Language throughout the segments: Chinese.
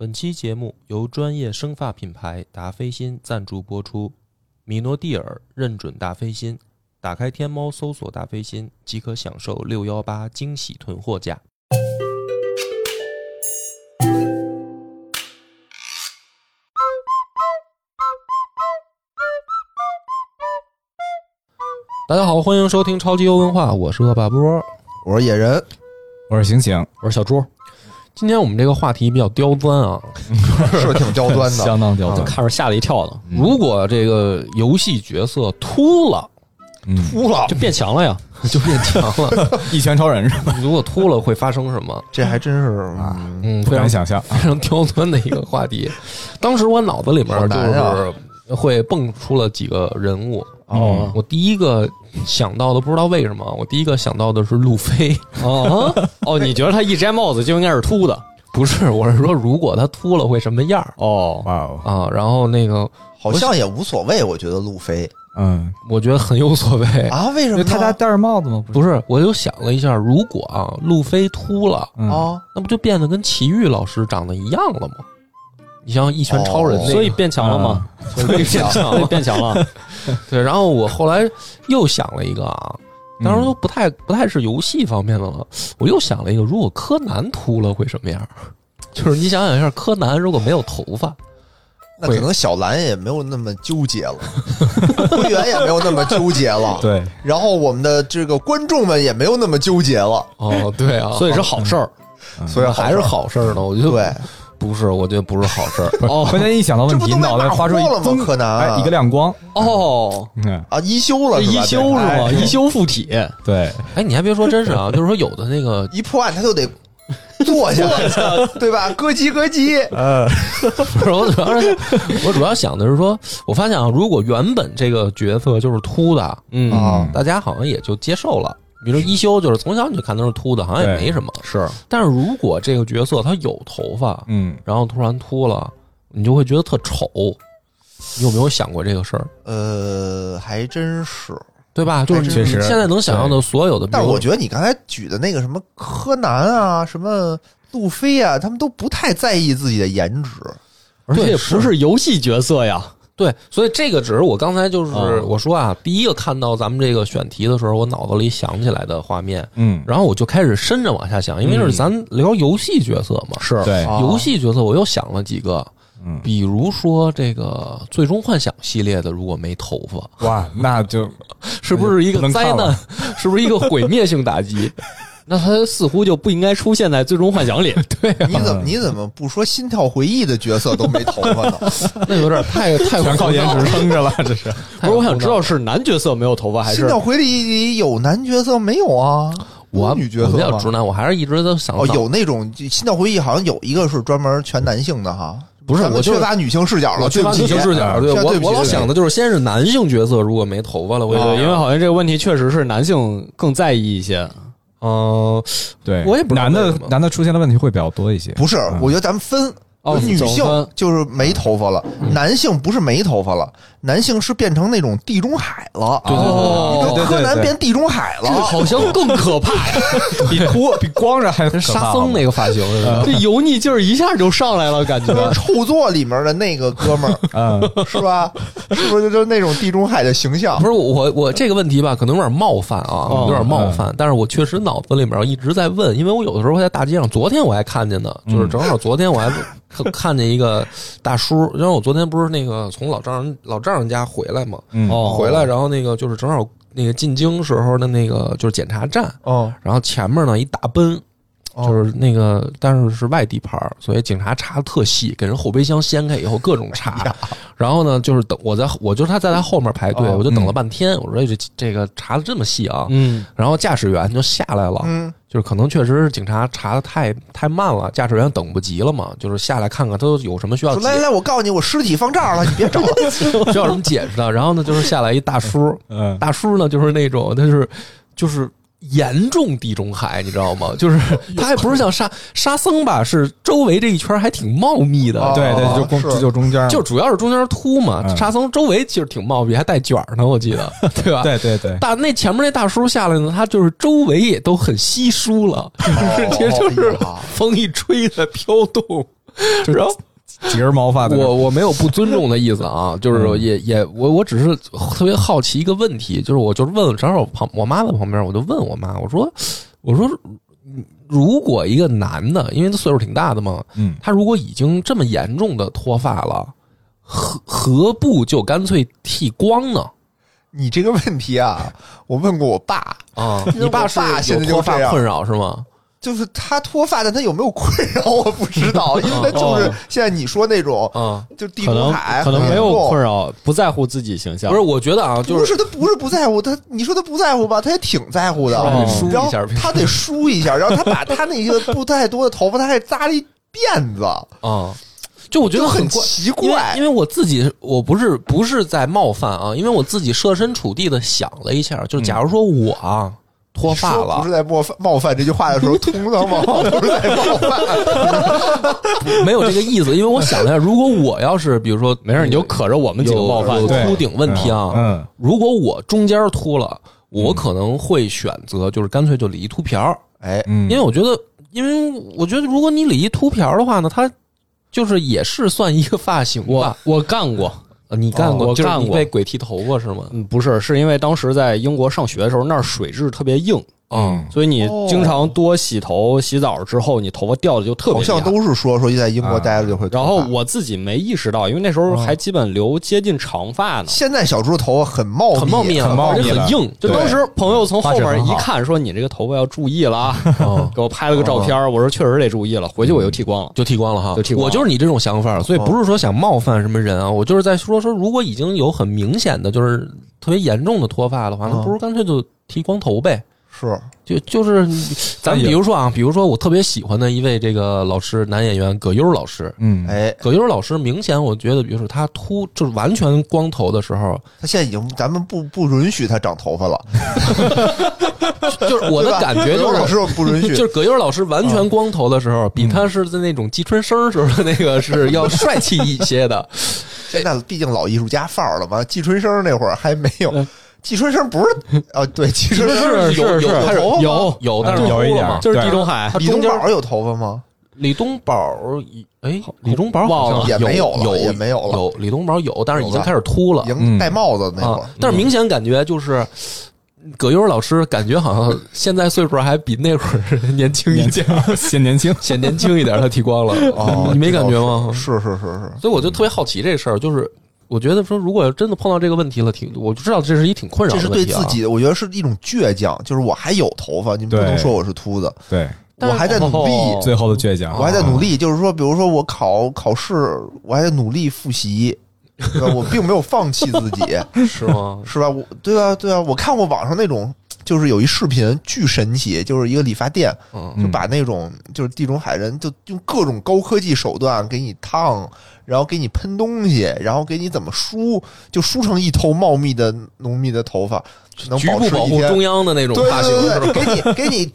本期节目由专业生发品牌达霏欣赞助播出。米诺地尔认准达霏欣，打开天猫搜索达霏欣即可享受六幺八惊喜囤货价。大家好，欢迎收听超级优文化，我是恶霸波，我是野人，我是醒醒，我是小猪。今天我们这个话题比较刁钻啊，是挺刁钻 的。相当刁啊钻。看着吓了一跳的，嗯如果这个游戏角色秃了，嗯，哭了就，变强了呀！ 就变强了。一拳超人是吧？如果秃了会发生什么？这还真是啊嗯嗯， 不非常敢想象。非常刁钻的一个话题。当时我脑子里面好就难啊是会蹦出了几个人物。嗯哦我第一个想到的不知道为什么，我第一个想到的是路飞，哦 哦，你觉得他一摘帽子就应该是秃的？不是，我是说如果他秃了会什么样儿哦，哇哦，啊？然后那个好像也无所谓。我觉得路飞嗯，我觉得很有所谓。啊，为什因么为呢他戴戴着帽子吗？不是，我就想了一下，如果啊路飞秃了，嗯，啊？那不就变得跟齐豫老师长得一样了吗？你像一拳超人那哦个、嗯所以变强了吗？ 所以变强所以了。变强了。对，然后我后来又想了一个啊，当时都不太不太是游戏方面的了，我又想了一个，如果柯南秃了会什 么样？就是你想想一下，柯南如果没有头发，那可能小兰也没有那么纠结了，灰原也没有那么纠结了，嗯对，然后我们的这个观众们也没有那么纠结了，哦，对啊，所以是好事儿。所以好还是好事儿呢。我觉得对，不是，我觉得 不是好事儿。哦关键一想到这问不题都，被脑袋骂发出哭了一吗？增，柯南啊哎，一个亮光。哦，嗯，啊，一休了这是吧一休是对吗？哎一休附体，对，哎，你还别说，真是啊，就是说有的那个一破案他就得坐下，对吧？咯叽咯叽，呃，不是，我主要是我主要想的是说，我发现啊，如果原本这个角色就是秃的，嗯啊大家好像也就接受了。比如说一休，就是从小你就看他是秃的，好像也对没什么。是但是如果这个角色他有头发，嗯，然后突然秃了，你就会觉得特丑。你有没有想过这个事儿？呃，还真是。对吧？就是哎确你实现在能想象的所有的，但是我得觉得你刚才举的那个什么柯南啊，什么路飞啊，他们都不太在意自己的颜值。而且对不是游戏角色呀。对，所以这个只是我刚才就是嗯我说啊，第一个看到咱们这个选题的时候，我脑子里想起来的画面，嗯，然后我就开始伸着往下想，因为这是咱聊游戏角色嘛，嗯是对，啊游戏角色我又哎想了几个，嗯，比如说这个《最终幻想》系列的，如果没头发，哇，那就是哎不是一个能看灾难了？是不是一个毁灭性打 击？那他似乎就不应该出现在《最终幻想》里。 对，啊你怎么你怎么不说《心跳回忆》的角色都没头发 呢？那有点 太太全靠胡颜闹了值撑着了，这是。不是，我想知道是男角色没有头发还《是心跳回忆》里有男角色没有啊？我有女角我比色较直吗？男，我还是一直都想哦，有那种《心跳回忆》好像有一个是专门全男性的哈，不是咱们我就是缺乏女性视角了，我缺乏女性视角，啊对对不起我对不起我老对不起想的就是先是男性角色如果没头发了，我对也对，因为好像这个问题确实是男性更在意一些。哦嗯对，我也不知道男的为什么男的出现的问题会比较多一些。不是，我觉得咱们分。哦女怎么性分就是没头发了，男性不是没头发了，男性是变成那种地中海了。对哦对对对对对，柯南变地中海了，好像更 可怕呀！比秃比光着还可跟怕沙僧那个发型似 的。这油腻劲儿一下就上来了，感觉就是臭作里面的那个哥们 儿，嗯，是吧？是不是就是那种地中海的形象不？是我我这个问题吧，可能有点冒犯啊，哦有点冒犯。但是我确实脑子里面一直在问，因为我有的时候会在大街上，昨天我还看见呢，就是正好昨天我还看看见一个大叔，因为我昨天不是那个从老丈人老丈人家回来嘛，嗯哦回来然后那个就是正好那个进京时候的那个就是检查站，哦，然后前面呢一大奔。哦就是那个，但是是外地牌儿，所以警察查的特细，给人后备箱掀开以后各种哎查。然后呢，就是等我在，我就是他在他后面排队，哦我就等了嗯半天。我说哎这这个查的这么细啊，嗯，然后驾驶员就下来了，嗯，就是可能确实是警察查的太太慢了，驾驶员等不及了嘛，就是下来看看他有什么需要说解来来，我告诉你，我尸体放这儿了，你别找了。 需要什么解释的。然后呢，就是下来一大叔，嗯，大叔呢就是那种他是就是严重地中海，你知道吗？就是他还不是像沙沙僧吧，是周围这一圈还挺茂密的。哦对对，就是光就中间嘛，就主要是中间秃嘛，嗯沙僧周围其实挺茂密，还带卷儿呢，我记 得，对吧？对对对，大那前面那大叔下来呢，他就是周 围也都很稀疏了，就是其实就是哦哎呀风一吹在飘动，就然后几根毛啊发在那儿嗯我我没有不尊重的意思 啊，就是说也也我我只是特别好奇一个问题，就是我就问，正好我旁我妈在旁边，我就问我妈，我说我说，嗯如果一个男的，因为他岁数挺大的嘛，嗯，他如果已经这么严重的脱发了，何何不就干脆剃光呢？你这个问题啊，我问过我爸，啊，因为你爸我是爸现有在就脱这发样困扰是吗？就是他脱发，但他有没有困扰我不知道，因为他就是现在你说那种，啊，就地可中能海可能没有困扰。扰，不在乎自己形象。不是，，我觉得啊，就不是他不是不在乎他，你说他不在乎吧，他也挺在乎的。嗯哦梳一下然后他得梳一下，然后他把他那些不太多的头发，他还扎了一辫子，啊，就我觉就得很怪。奇因为怪。因为我自己我不是不是在冒犯啊，因为我自己设身处地的想了一下，就是假如说我嗯啊脱发说不了是，在冒犯冒犯这句话的时候，通常 往往都是在冒犯。没有这个意思，因为我 想了一下，如果我要是比如说没事，你就可着我们几个有冒犯有对秃顶问题啊，嗯，如果我中间秃了，我可能会选择就是干脆就理一秃瓢儿， 哎，嗯，因为我觉得，因为我觉得如果你理一秃瓢儿的话呢，它就是也是算一个发型吧我。我干过，呃你干过，哦我就是干你过被鬼剃头过是吗？嗯，不是，是因为当时在英国上学的时候，那儿水质特别硬，嗯，所以你哦经常多洗头、洗澡之后，你头发掉的就特别好厉害像都是说说在英啊国待着就会脱发。然后我自己没意识到，因为那时候还基本留接近长发呢。现在小猪头发很茂密，很茂密啊，很茂密而且了很硬，就对当时朋友从后发质面很一好看，说你这个头发要注意了啊，哦给我拍了个照片儿。我说确实得注意了，回去我又剃光了。就剃光了哈，就剃光了我就是你这种想法，所以不是说想冒犯什么人啊，我就是在说说，如果已经有很明显的就是特别严重的脱发的话，那嗯不如干脆就剃光头呗。是就就是咱们也比如说啊，比如说我特别喜欢的一位这个老师，男演员葛优老师。嗯，哎，葛优老师明显，我觉得，比如说他秃，就是完全光头的时候，他现在已经咱们不不允许他长头发了。就是 我的对吧感觉就葛优老是，师我们不 允就许，是葛优老师完全光头的时候，比他是在那种季春生时候的那个是要帅气一些的。现在毕竟老艺术家范儿了嘛。季春生那会儿还没有，季春生不是啊？对，季春生是有有是是他是有有有，啊但是有秃一了点嘛儿就是对地中海他李中东间宝有头发吗？李东宝，哎，李东宝好像忘了也没有有了也没有了有李东宝有，但是已有经吧开始秃了已经嗯戴帽子那会儿啊，。但是明显感觉就是。葛优老师感觉好像现在岁数还比那会儿 年轻一点，显年轻，显年轻一点，他剃光了，哦你没感觉吗？是是是是，所以我就特别好奇这事儿，就是我觉得说，如果真的碰到这个问题了，挺我就知道这是一挺困扰这是的对问题自啊。己的，我觉得是一种倔强，就是我还有头发，你们不对能说我是秃哦子， 对，我还在努力，哦最后的倔强，我还在努力，就是说，比如说我考考试，我还在努力复习，对吧？我并没有放弃自 己，是吗？是吧？我对啊，对啊，我看过网上那种，就是有一视频巨神奇，就是一个理发店嗯，就把那种就是地中海人就用各种高科技手段给你烫，然后给你喷东西，然后给你怎么梳，就梳成一头茂密的浓密的头发，能局部持保一护天中央的那种对发型对是吧？对对，给你给你。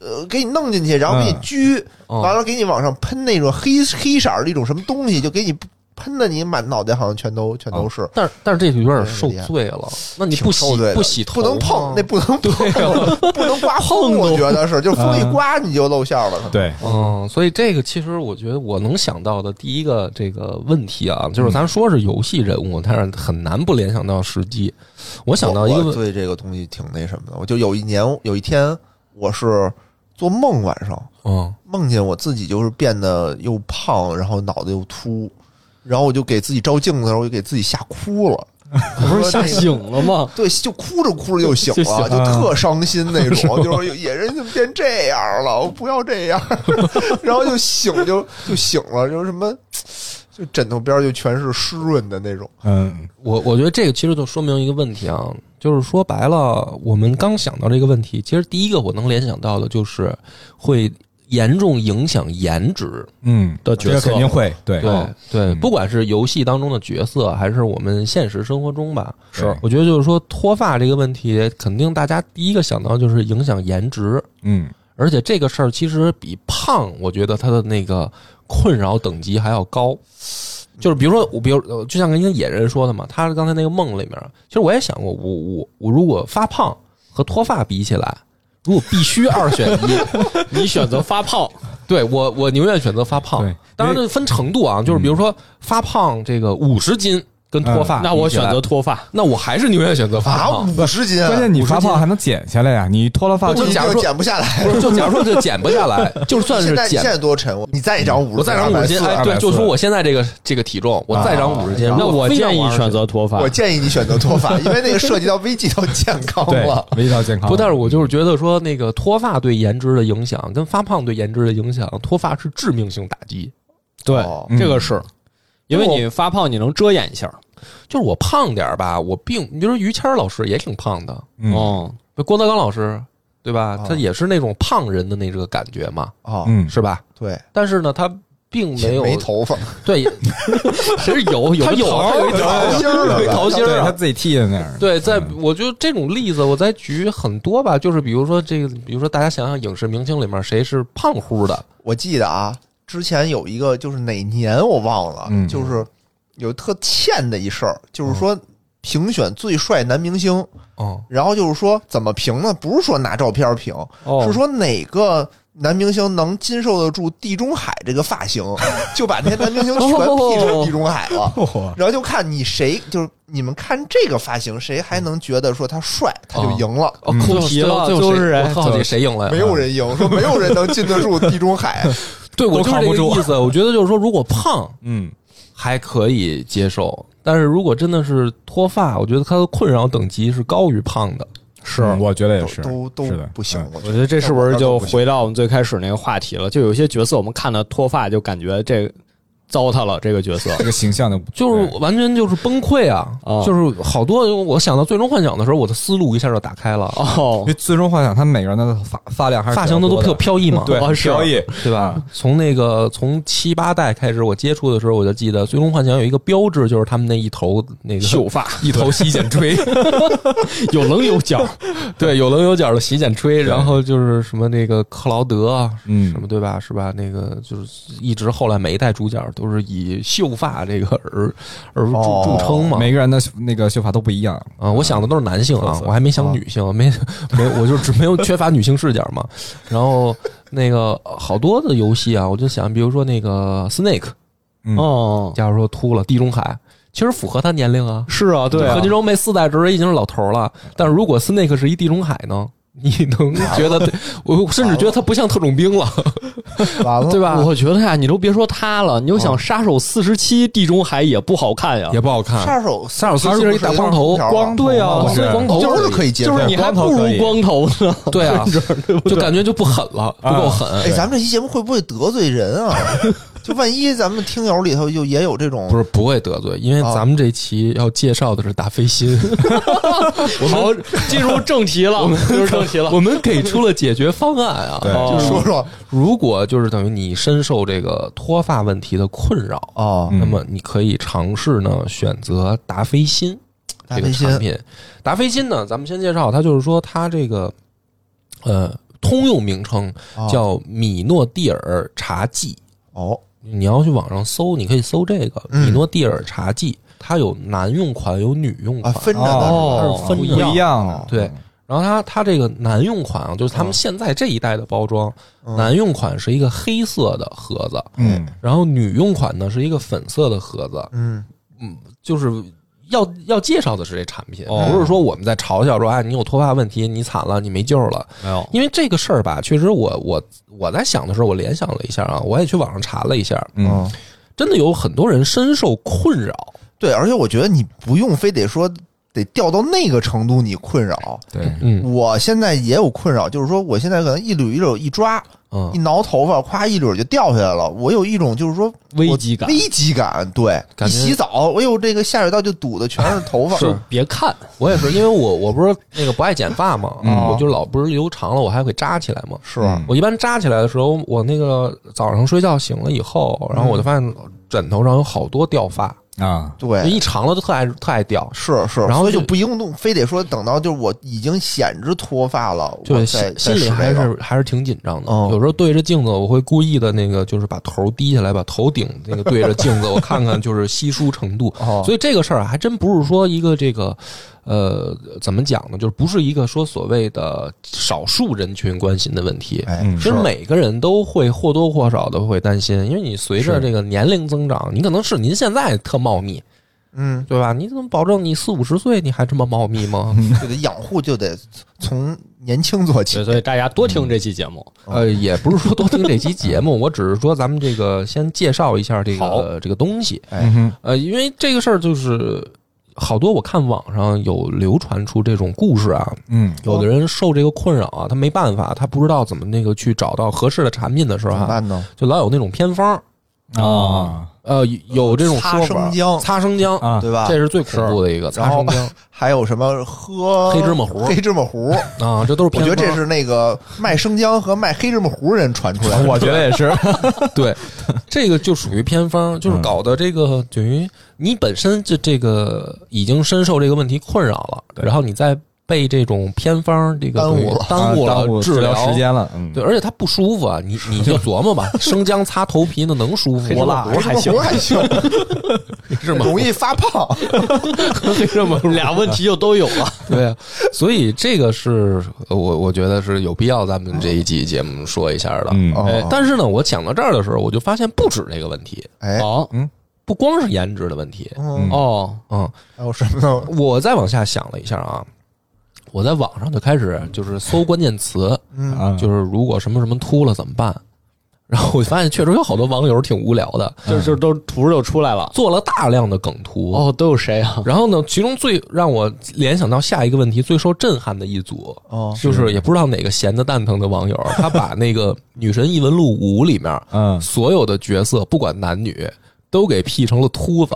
呃，给你弄进去，然后给你嗯掬，嗯完了给你往上喷那种黑黑色儿的一种什么东西，就给你喷的你满脑袋好像全都全都是。但是但是这有点受罪了，那嗯你不洗挺受罪的不洗头不能吗碰，那不能碰，对啊，不能刮风，我觉得是，就是风一刮你就露馅儿了。啊对，嗯，所以这个其实我觉得我能想到的第一个这个问题啊，嗯就是咱说是游戏人物，但是很难不联想到时机。我想到一我个我问，对这个东西挺那什么的，我就有一年有一天我是做梦晚上嗯梦见我自己就是变得又胖，然后脑袋又秃，然后我就给自己照镜子的时候，我就给自己吓哭了。嗯不是吓醒了吗？对，就哭着哭着就醒就醒了，了就特伤心那种，就是有野人怎么变这样了，我不要这样， 然后就醒就就醒了，就是什么，就枕头边儿就全是湿润的那种。嗯，我我觉得这个其实就说明一个问题啊，就是说白了，我们刚想到这个问题，其实第一个我能联想到的就是会严重影响颜值。嗯的这角个色肯定会，对，对嗯对，嗯不管是游戏当中的角色，还是我们现实生活中吧，是我觉得就是说脱发这个问题，肯定大家第一个想到就是影响颜值，嗯，而且这个事儿其实比胖，我觉得它的那个困扰等级还要高。就是比如说，我比如呃就像跟一个野人说的嘛，他刚才那个梦里面，其实我也想过，我我我如果发胖和脱发比起来，如果必须二选一， 你选择发胖，对我我宁愿选择发胖对。当然这分程度啊，就是比如说发胖这个五十斤跟脱发比起来，嗯那我选择脱发，那我还是宁愿选择发啊，胖。五十斤啊，关键你发50斤胖还能减下来呀、你脱了发我就你假如就说减不下来。不是， 就假如说这减不下来，就算是现在现减，在多沉，你再长五十，我再长五十斤，哎，对， 240就说我现在这个这个体重，我再长五十斤，如啊那果我非让建议20选。择脱发我。建议你选择脱发，因为那个涉及到危及到健康对了。，微调健康。不，但是我就是觉得说，那个脱发对颜值的影响跟发胖对颜值的影响，脱发是致命性打击。对哦，这个是因为你发胖，你能遮掩一下。就是我胖点儿吧，我并，你比如说于谦儿老师也挺胖的，嗯哦，郭德纲老师对吧啊？他也是那种胖人的那个感觉嘛，哦，嗯，是吧？对，但是呢，他并没有没 头发，对， 其实有有他个有头啊儿有一头桃心儿了有一桃心对儿啊他自己剃的那样。对，在我觉得这种例子，我在举很多吧，就是比如说这个，比如说大家想想影视明星里面谁是胖乎的，我记得啊，之前有一个就是哪年我忘了，嗯就是有特欠的一事儿，就是说评选最帅男明星，哦，然后就是说怎么评呢？不是说拿照片评，哦是说哪个。男明星能经受得住地中海这个发型，就把这些男明星全 P 成地中海了。嚯然后就看你谁，就是你们看这个发型，谁还能觉得说他帅，他就赢了。哦嗯扣题了最后就是谁人我好奇谁赢了呀？没有人赢，说没有人能禁得住地中 海。对我都就是扛这不个住意思。我觉得就是说，如果胖嗯，还可以接受，但是如果真的是脱发，我觉得他的困扰等级是高于胖的。是，我觉得也是，都都是的不行嗯。我我觉得这是不是就回到我们最开始那个话题了？就有些角色我们看到脱发就感觉这糟蹋了这个角色这个形象的不就是完全就是崩溃啊！哦就是好多我想到《最终幻想》的时候，我的思路一下就打开了，因哦为。最终幻想，他们每个人的发发量还是发型的的都特飘逸嘛， 对，哦是飘逸，对吧？从那个从七八代开始，我接触的时候，我就记得《最终幻想》有一个标志，就是他们那一头那个秀发 一头洗剪吹，有棱有角，对，有棱有角的洗剪吹，然后就是什么那个克劳德啊，嗯什么对吧？是吧？那个就是一直后来每一代主角都是以秀发这个而而著哦著称嘛。每个人的那个秀发都不一样。啊，我想的都是男性特啊色，我还没想女性，没没，我就只没有缺乏女性视角嘛。然后那个好多的游戏啊，我就想，比如说那个 Snake，嗯哦，假如说秃了，地中海，其实符合他年龄啊。是啊，对啊合，金装备四代直已经是老头了，但是如果 Snake 是一地中海呢？你 能觉得他，我甚至觉得他不像特种兵了，完了对吧？我觉得呀，你都别说他了，你就想《杀手四十七》地中海哦也不好看呀。 也不好看。杀手啊杀手四十七是一大光头，光对啊，不是光头就是可以接受哎就。是你还光头不可如以光头 呢。对啊，就感觉就不狠了，不够狠。哎，咱们这期节目会不会得罪 人啊？就万一咱们听友里头就也有这种不是不会得罪，因为啊咱们这期要介绍的是大飞 心，好，进入正题了，进入正题了。我们给出了解决方案啊。对嗯就是说说，说如果就是等于你深受这个脱发问题的困扰，哦，嗯那么你可以尝试呢选择达菲欣大这飞个心产品。达菲欣呢，咱们先介绍，它就是说它这个呃通用名称哦叫米诺地尔茶剂。哦你要去网上搜，你可以搜这个嗯米诺地尔茶剂，它有男用款，有女用啊，款。分着呢。哦它是分不着一样了。对，然后它它这个男用款啊，就是他们现在这一代的包装，嗯男用款是一个黑色的盒子，嗯，然后女用款呢是一个粉色的盒子，嗯，就是要要介绍的是这产品，哦不是说我们在嘲笑说啊你有脱发问题，你惨了，你没救了。没有，因为这个事儿吧，确实我我我在想的时候，我联想了一下啊，我也去网上查了一下，嗯，嗯真的有很多人深受困扰。对，而且我觉得你不用非得说得掉到那个程度，你困扰。对，嗯我现在也有困扰，就是说我现在可能一捋一捋一抓，嗯一，挠头发，咵一捋就掉下来了。我有一种就是说危机感我危机感。对，感觉一洗澡，哎呦，这个下水道就堵的全是头发。就别看我也是，因为我我不是那个不爱剪发嘛，嗯我就老不是留长了，我还会扎起来嘛。是吧？我一般扎起来的时候，我那个早上睡觉醒了以后，然后我就发现枕头上有好多掉发，啊，对，一长了就特爱特爱掉，是是，哎然后所以就就不用弄，非得说等到就是我已经显知脱发了，我就再心心里还是还是挺紧张的。嗯有时候对着镜子，我会故意的那个，就是把头低下来，把头顶那个对着镜子，我看看就是稀疏程度。 哦，所以这个事儿啊还真不是说一个这个，呃，怎么讲呢？就是不是一个说所谓的少数人群关心的问题。哎嗯，其实每个人都会或多或少的会担心，因为你随着是这个年龄增长，你可能是您现在特茂密，嗯，对吧？你怎么保证你四五十岁你还这么茂密吗？就得养护就得从年轻做 对，起，所以大家多听这期节目，呃，也不是说多听这期节目，我只是说咱们这个先介绍一下这个好这个东西。嗯哼，呃，因为这个事儿就是好多我看网上有流传出这种故事啊，嗯有哦的人受这个困扰啊，他没办法，他不知道怎么那个去找到合适的产品的时候怎么啊，办呢？就老有那种偏方。啊呃，有这种擦说生法，姜，擦生姜，啊，对吧？这是最恐怖的一个然擦后生姜 还有什么喝黑芝麻糊黑芝麻糊， 啊，这都是我偏觉方。得这是那个卖生姜和卖黑芝麻糊人传出来 的。我觉得也是，对，这个就属于偏方，就是嗯搞的这个等于你本身就这个已经深受这个问题困扰了，对然后你再被这种偏方这个耽误了耽误耽了误治疗疗时。间了，嗯，对，而且它不舒服啊，你你就琢磨吧，生姜擦头皮那能舒服黑芝吗？麻黑芝麻糊还 行，是吗？容易发胖。黑芝 麻俩问题就都有了。 对啊，所以这个是呃我我觉得是有必要咱们这一集节目说一下的。哎嗯哦但是呢，我讲到这儿的时候，我就发现不止这个问题，哎，哦不光是颜值的问题，嗯，哦，嗯，还有什么 呢？我再往下想了一下啊，我在网上就开始就是搜关键词，嗯，啊，就是如果什么什么秃了怎么办？然后我发现确实有好多网友挺无聊的，这这都图就出来了。做了大量的梗图。哦，都有谁啊？然后呢，其中最让我联想到下一个问题最受震撼的一组，哦，就是也不知道哪个闲的蛋疼的网友，他把那个《女神异闻录五》里面嗯，所有的角色，不管男女，都给 P 成了秃子。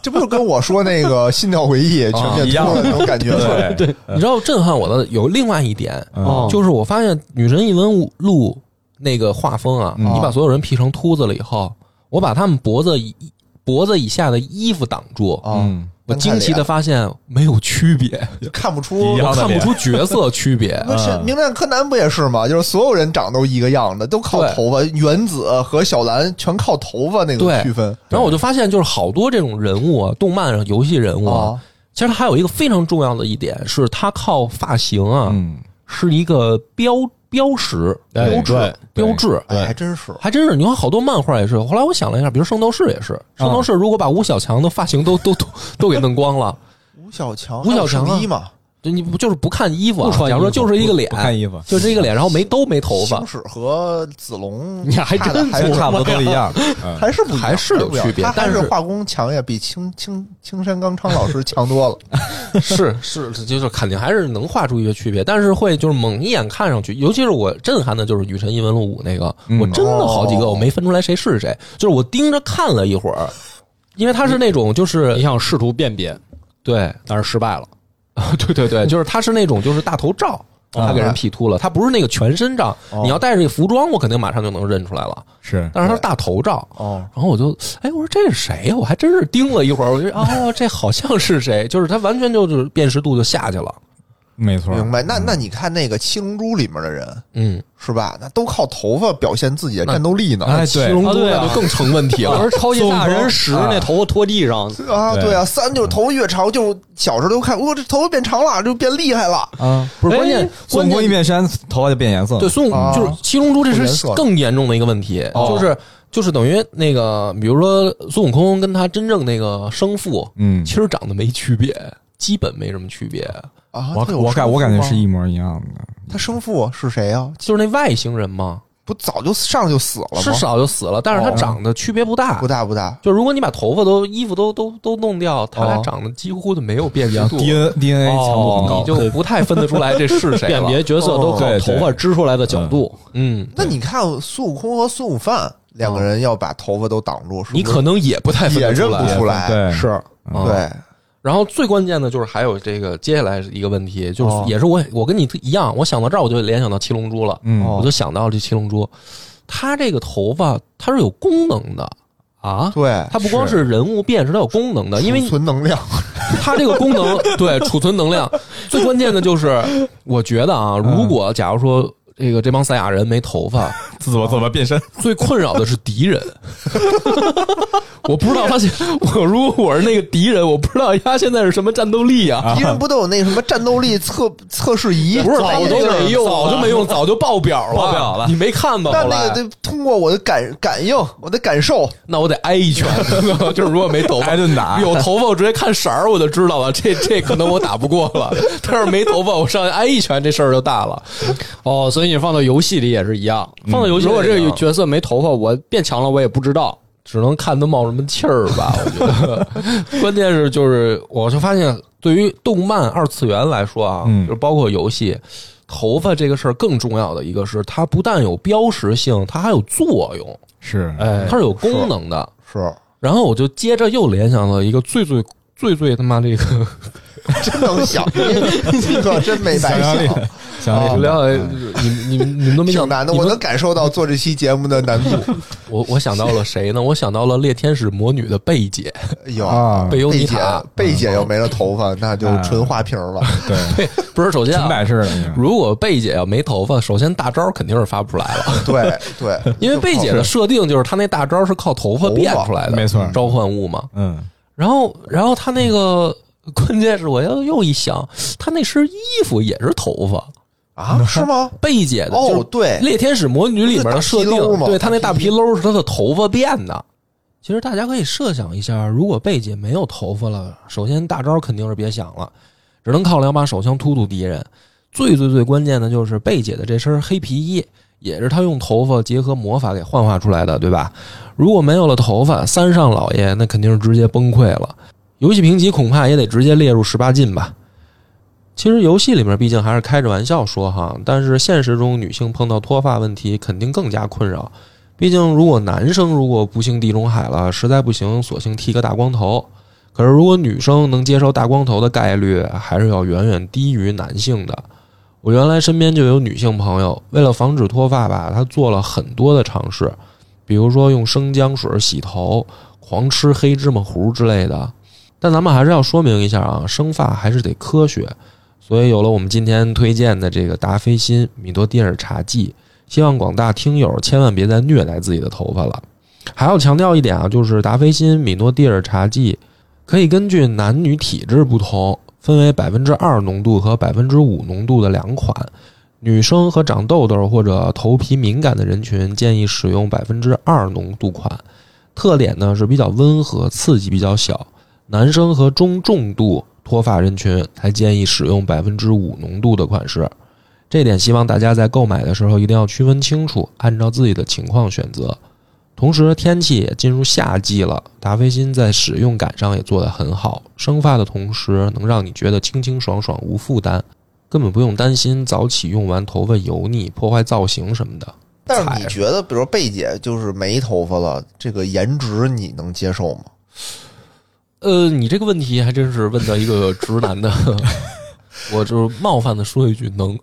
这不就跟我说那个《心跳回忆》全面脱了那种感觉吗？对嗯对，你知道震撼我的有另外一点，哦就是我发现《女神异闻录》那个画风啊，嗯你把所有人 P 成秃子了以后，我把他们脖子以脖子以下的衣服挡住，哦嗯啊，我惊奇的发现没有区别，看不出一。样我的看不脸出角色区别。 那是名侦探柯南不也是吗？就是所有人长都一个样的，都靠对头发。原子和小兰全靠头发那对个区分。然后我就发现，就是好多这种人物啊，动漫上游戏人物啊，哦啊，其实还有一个非常重要的一点是，它靠发型啊，嗯，哎是一个标标识、对标志、对标志。哎，还真是。还真是，你看好多漫画也是。后来我想了一下，比如《圣斗士》也是，《圣斗嗯士》如果把吴小强的发型都都都都给弄光了，吴小强，吴小强啊还有圣衣嘛，就你不就是不看衣服、不啊，穿衣服假如说就是一个脸不，看衣服，就是一个脸，然后没都没头发 星，矢和子龙，你还差的真还是差不多都一样，嗯还是不一样还是有不一样区别他还但是是画工强呀，比青青青山刚昌老师强多了。是是，就是肯定还是能画出一些区别，但是会就是猛一眼看上去，尤其是我震撼的就是《雨神异闻录五》那个，嗯我真的好几个哦我没分出来谁是谁，就是我盯着看了一会儿，因为他是那种就是你想试图辨别，对但是失败了。 对对对，就是他是那种就是大头照。他给人 P 秃了，他不是那个全身照，哦你要带着这服装，我肯定马上就能认出来了。是但是他是大头照，哦，然后我就，哎，我说这是谁呀、我还真是盯了一会儿，我就哦，这好像是谁，就是他完全就是辨识度就下去了。没错，明白。那那你看那个《七龙珠》里面的人嗯，是吧？那都靠头发表现自己的战斗力呢。哎，七对，龙珠啊对啊那就更成 问题我了。是超级大人十孙悟空那头发拖地上，啊，对对啊，三就是头发越长，就小时候都看，哇，这头发变长了，就变厉害了。啊，不是关键哎，孙关悟空一键变山，头发就变颜色，对孙悟空啊就是七龙珠，这是更严重的一个问题，哦就是就是等于那个，比如说孙悟空跟他真正那个生父，嗯其，实长得没区别，基本没什么区别。啊，我他有我生感父我感觉吗是一模一样的，他生父是谁啊？就是那外星人嘛，不早就上来就死了吗？是少就死了，但是他哦长得区别不大。不大不大。就如果你把头发都、衣服都都都弄掉，他俩哦长得几乎就没有辨识度， D 你 N D N A 强度很高，哦就不太分得出来这是 谁辨了。别角色都靠对头对发织出来的角度。嗯，那你看孙悟空和孙悟饭两个人要把头发都挡住，是不是你可能也不太分也得认出来。不出来。对，是，啊对，然后最关键的就是还有这个接下来一个问题，就是哦也是我我跟你一样，我想到这儿我就联想到七龙珠了，嗯哦我就想到这七龙珠，它这个头发它是有功能的，啊。对，它不光是人物变，是它有功能的，因为储存能量，它这个功 能对储存能 量，最关键的就是，我觉得啊，如果假如说这个这帮赛亚人没头发， 自我怎么变身？最困扰的是敌 人。我不知道他现我如果我是那个敌人，我不知道他现在是什么战斗力啊。 敌人不都有那什么战斗力测 测试仪？不是那早都个没用，早就没用，早就爆表了，爆表了你没看吧？那后那来个得通过我的感感应，我的感受，那我得挨一拳，嗯 就是如果没头挨发，顿打， 有头发我直接看色儿我就知道了，这这可能我打不过了。 但是没头发，我上去挨一拳，这事儿就大了。嗯哦，所以你放到游戏里也是一样。放到游戏如里果也一样，这个角色没头发，我变强了，我也不知道。只能看他冒什么气儿吧。我觉得，关键是就是，我就发现，对于动漫二次元来说啊，嗯就是包括游戏，头发这个事儿更重要的一个是，它不但有标识性，它还有作用，是哎它是有功能的。是然后我就接着又联想到一个最最最最他妈这个， 真能想，你可真没白想象力想，，想象就力很哦聊大，哎嗯到你们你们你们都没挺想难的。你我们能感受到做这期节目的难度。我我想到了谁呢？我想到了猎天使魔女的贝姐，哎呦，啊贝，尤贝妮姐塔，，贝姐要没了头发，那就纯花瓶了。对，不是首先纯啊。摆式的那种，如果贝姐啊要没头发，首先大招肯定是发不出来了。对对，因为贝姐的设定就是她那大招是靠头发变出来的，没错召唤物嘛。嗯，然后，然后她那个 关键是我要又一想，她那身衣服也是头发。啊，是吗？贝姐的哦就是对猎天使魔女》里面的设定那大皮褛，嘛对她那大大皮皮褛是她的头发变的。其实大家可以设想一下，如果贝姐没有头发了，首先大招肯定是别想了，只能靠两把手枪突突敌人。最最最关键的就是贝姐的这身黑皮衣，也是她用头发结合魔法给幻化出来的，对吧？如果没有了头发，三上老爷那肯定是直接崩溃了。游戏评级恐怕也得直接列入十八禁吧。其实游戏里面毕竟还是开着玩笑说哈，但是现实中女性碰到脱发问题肯定更加困扰。毕竟如果男生如果不幸地中海了，实在不行，索性剃个大光头。可是如果女生能接受大光头的概率，还是要远远低于男性的。我原来身边就有女性朋友，为了防止脱发吧，她做了很多的尝试，比如说用生姜水洗头、狂吃黑芝麻糊之类的。但咱们还是要说明一下啊，生发还是得科学。所以有了我们今天推荐的这个达霏欣米多地尔茶剂，希望广大听友千万别再虐待自己的头发了。还要强调一点啊，就是达霏欣米诺地尔茶剂可以根据男女体质不同，分为百分之二浓度和百分之五浓度的两款。女生和长痘痘或者头皮敏感的人群，建议使用百分之二浓度款。特点呢是比较温和，刺激比较小。男生和中重度脱发人群才建议使用百分之五浓度的款式。这点希望大家在购买的时候一定要区分清楚，按照自己的情况选择。同时，天气也进入夏季了，达霏欣在使用感上也做得很好，生发的同时能让你觉得清清爽爽、无负担，根本不用担心早起用完头发油腻、破坏造型什么的。但是你彩觉得，比如说贝姐就是没头发了，这个颜值你能接受吗？呃，你这个问题还真是问到一个直男的， 我就是冒犯的说一句，能。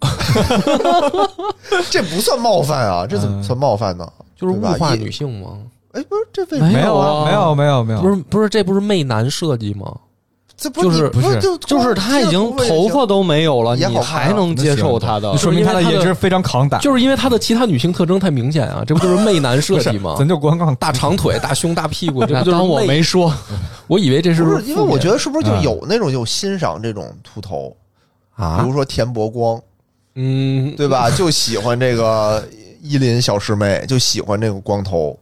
这不算冒犯啊，这怎嗯么算冒犯呢？就是物对吧化也女性吗？哎，不是这为什么？没没有有啊啊，没有没有没有，不是不是，这不是媚男设计吗？这不就是你不不是就就是他已经头发都没有了，你也好看啊还能接受他的那？说明他的颜值非常抗打，就是因为她的其他女性特征太明显啊，这不就是媚男设计 ？吗咱就光看 大长腿、大胸、大屁 股，这啊那不就是当我媚？没说，我以为这不是是因为我觉得是不是就嗯有那种就欣赏这种秃头，得比啊如，说田伯光，嗯，对吧？就喜欢这个依林小师妹，就喜欢这个光头。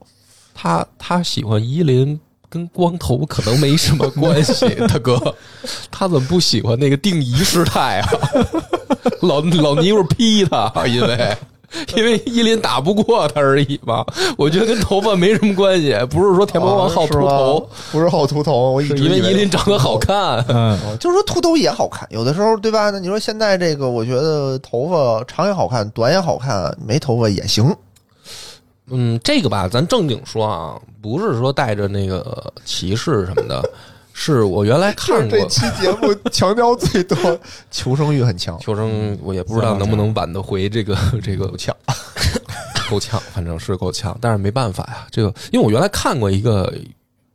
她她喜欢依林。跟光头可能没什么关系， 大哥，她怎么不喜欢那个定仪师太啊？ 老老尼姑劈他，因为因为依林打不过他而已嘛。我觉得跟头发没什么关系，不是说 田伯光好秃头，啊，是吗不是好秃头，我一直是因为以依林长得 好看。嗯，哦就是说秃头也好看，有的时候对吧？那你说现在这个，我觉得头发长也好看，短也好看，没头发也行。嗯，这个吧，咱正经说啊，不是说带着那个歧视什么的，是我原来就是看这过。期节目强调最多，求生欲很强。求生，我也不知道能不能挽得回这个这个强。 够呛，反正是够呛，但是没办法呀。这个，因为我原来看过一个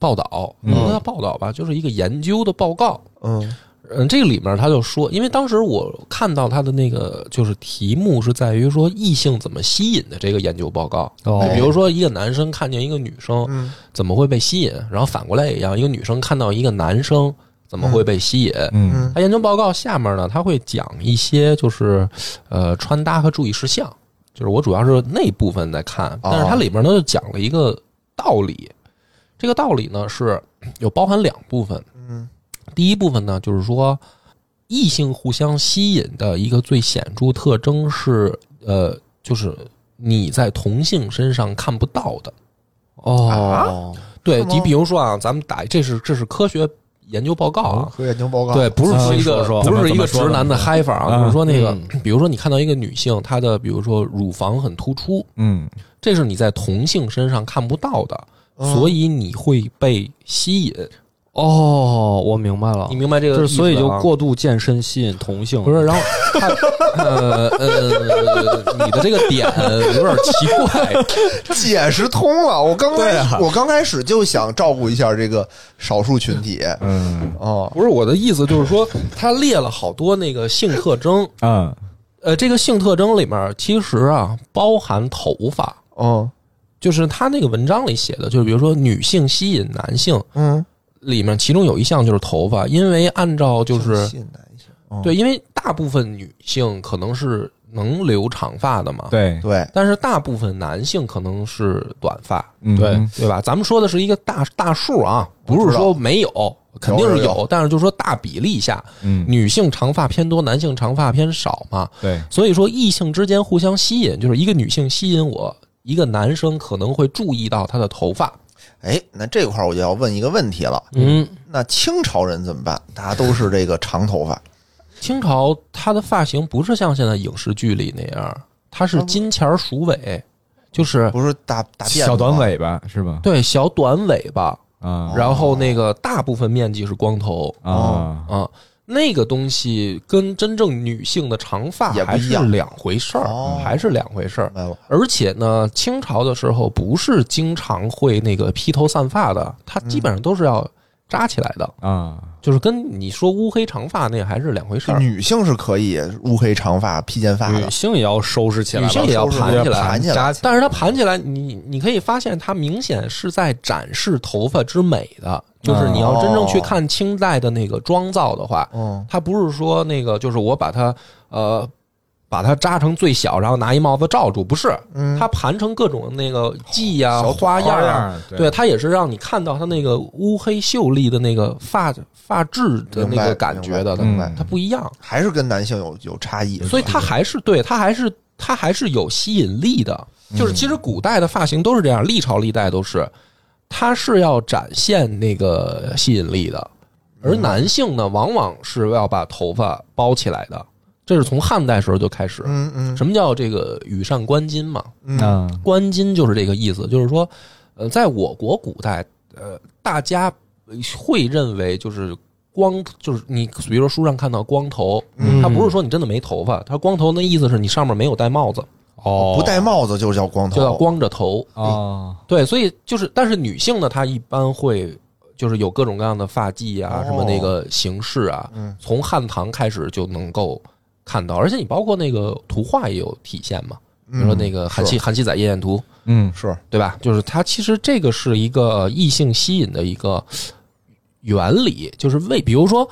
报道，不嗯能叫报道吧，就是一个研究的报告。嗯嗯，这个里面他就说，因为当时我看到他的那个就是题目是在于说异性怎么吸引的这个研究报告。哦就比如说一个男生看见一个女生嗯怎么会被吸引，然后反过来也一样，一个女生看到一个男生怎么会被吸引。嗯嗯他研究报告下面呢，他会讲一些就是呃穿搭和注意事项，就是我主要是那部分在看，但是它里面呢就讲了一个道理，这个道理呢是有包含两部分，嗯第一部分呢就是说异性互相吸引的一个最显著特征是呃就是你在同性身上看不到的，啊哦，对是吗你比如说啊，咱们打这是这是科学研究报告啊，科学研究报告对，不是啊说一个哦说说不是一个怎么直怎么说男的嗨法啊，嗯就是说那个嗯，比如说你看到一个女性，她的比如说乳房很突出，嗯这是你在同性身上看不到的，嗯所以你会被吸引。哦，我明白了你，明白这个就意思啊？是所以就过度健身吸引同性，不是，然后他呃呃，你的这个点有点奇怪，解释通了。我刚开对始、啊我刚开始就想照顾一下这个少数群体嗯哦，不是我的意思，就是说他列了好多那个性特征，嗯呃，这个性特征里面其实啊包含头发。嗯就是他那个文章里写的，就是比如说女性吸引男性，嗯，里面其中有一项就是头发，因为按照就是信男性，嗯对，因为大部分女性可能是能留长发的嘛，，对对，但是大部分男性可能是短发，嗯对对吧？咱们说的是一个大大数啊，我知道不是说没有，肯定是有有但是就说大比例下，嗯女性长发偏多，男性长发偏少嘛，对所以说异性之间互相吸引，就是一个女性吸引我，一个男生可能会注意到她的头发，哎，那这块儿我就要问一个问题了，嗯。那清朝人怎么办？大家都是这个长头发，清朝它的发型不是像现在影视剧里那样，它啊是金钱儿鼠尾，就是不是大大辫子吗小短，尾巴是吧？对小短尾巴，啊然后那个大部分面积是光头啊啊，那个东西跟真正女性的长发也不还一是样两回事儿，哦还是两回事儿明。白了，而且呢，清朝的时候不是经常会那个披头散发的，它基本上都是要扎起来的，嗯啊就是跟你说乌黑长发那还是两回事就儿。女性是可以乌黑长发、披肩发女的，性也要收拾起来吧，女性也要盘起来，盘起来扎起来但是它盘起来，你你可以发现它明显是在展示头发之美的，就是你要真正哦去看清代的那个妆造的话，嗯，它不是说那个就是我把它呃把它扎成最小，然后拿一帽子罩住，不是，嗯它盘成各种那个髻呀、小花样花啊。样对对，它也是让你看到它那个乌黑秀丽的那个发发质的那明白个感觉的，明白嗯它不一样，还是跟男性有有差异，所以它还是对，它还是它还是有吸引力的。就是其实古代的发型都是这样，历朝历代都是，它是要展现那个吸引力的。而男性呢，往往是要把头发包起来的，这是从汉代时候就开始。嗯嗯什么叫这个羽扇纶巾嘛？嗯啊纶巾就是这个意思，就是说，呃，在我国古代，呃，大家会认为就是光，就是你比如说书上看到光头，嗯他不是说你真的没头发，他光头那意思是你上面没有戴帽子，哦，不戴帽子就叫光头，就叫光着头。啊对，所以就是，但是女性呢，她一般会就是有各种各样的发髻啊，哦什么那个形式啊，嗯从汉唐开始就能够看到，而且你包括那个图画也有体现嘛，嗯比如说那个韩熙韩熙载夜宴图，嗯是对吧？就是它其实这个是一个呃异性吸引的一个原理，就是为比如说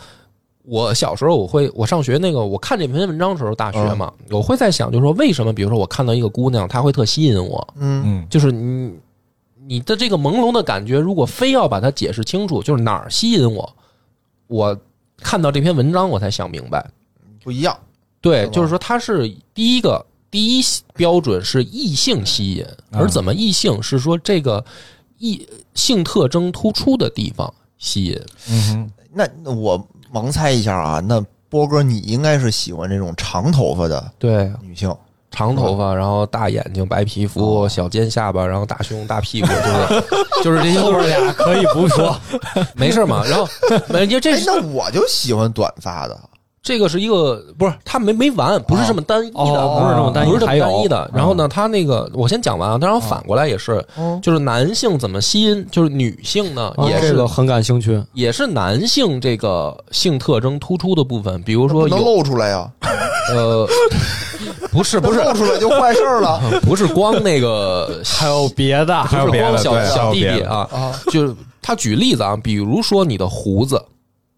我小时候我会我上学那个我看这篇文章的时候大学嘛，我会在想就是说为什么比如说我看到一个姑娘她会特吸引我，嗯嗯就是你你的这个朦胧的感觉，如果非要把它解释清楚，就是哪儿吸引我，我看到这篇文章我才想明白。不一样，是对，吧就是说它是第一个第一标准是异性吸引，嗯而怎么异性是说这个异性特征突出的地方吸引。嗯哼那那我盲猜一下啊，那波哥你应该是喜欢这种长头发的对，女性，长头嗯发，然后大眼睛、白皮哦肤、小尖下巴，然后大胸、大 屁股，就是就是这些都是俩，可以不说， 没事嘛。然后，没，因为这哎是，那我就喜欢短发的，这个是一个不是他没没完，不是这么单一的，哦不是这么哦不是这么单一还的有。然后呢，他那个我先讲完啊，当然反过来也哦是，哦就是男性怎么吸引，就是女性呢也这是个很感兴趣。也是男性这个性特征突出的部分，比如不说能有露出 来呀，呃，不是不是露出来就坏事 儿了不是光那个，还有别的，不是别光的小对还小有弟别弟的啊，啊！就是他举例子啊，比如说你的胡子，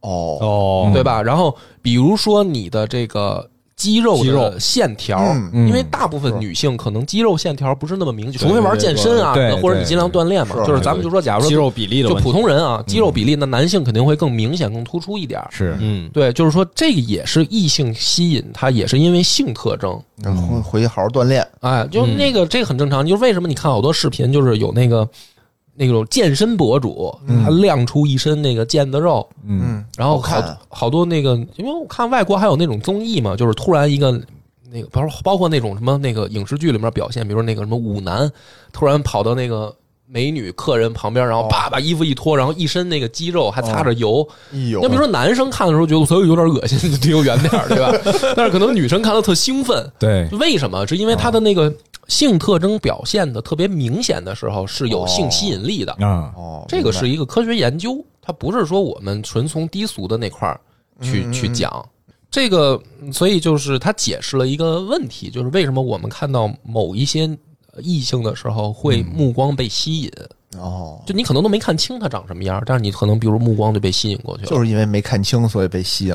哦，哦对吧？然后比如说你的这个肌肉的线条，嗯嗯因为大部分是女性可能肌肉线条不是那么明显，对除非玩健身啊，对对对或者你尽量锻炼嘛。是就是咱们就说，假如肌说肉比例的就问普题，通人啊，肌肉比例，那男性肯定会更明显、更突出一点儿。是嗯，对，就是说这个也是异性吸引，它也是因为性特征。然后回去好好锻炼，哎，就那个、这个很正常。就是为什么你看好多视频，就是有那个那种健身博主，他亮出一身那个腱子肉，嗯，然后好好看好多那个，因为我看外国还有那种综艺嘛，就是突然一个。那个包包括那种什么那个影视剧里面表现，比如说那个什么舞男，突然跑到那个美女客人旁边，然后叭把衣服一脱，然后一身那个肌肉还擦着油，哎呦要比如说男生看的时候觉得所以有点恶心，就离我远点儿，对吧？但是可能女生看的特兴奋，对，为什么？是因为他的那个性特征表现的特别明显的时候是有性吸引力的，啊，哦，这个是明一个科学研究，它不是说我们纯从低俗的那块儿去、嗯嗯嗯去讲。这个，所以就是他解释了一个问题，就是为什么我们看到某一些呃异性的时候会嗯目光被吸引，白哦，就你可能都没看清他长什么样，但是你可能比如目光就被吸引过去了。就是因为没看清，所以被吸引。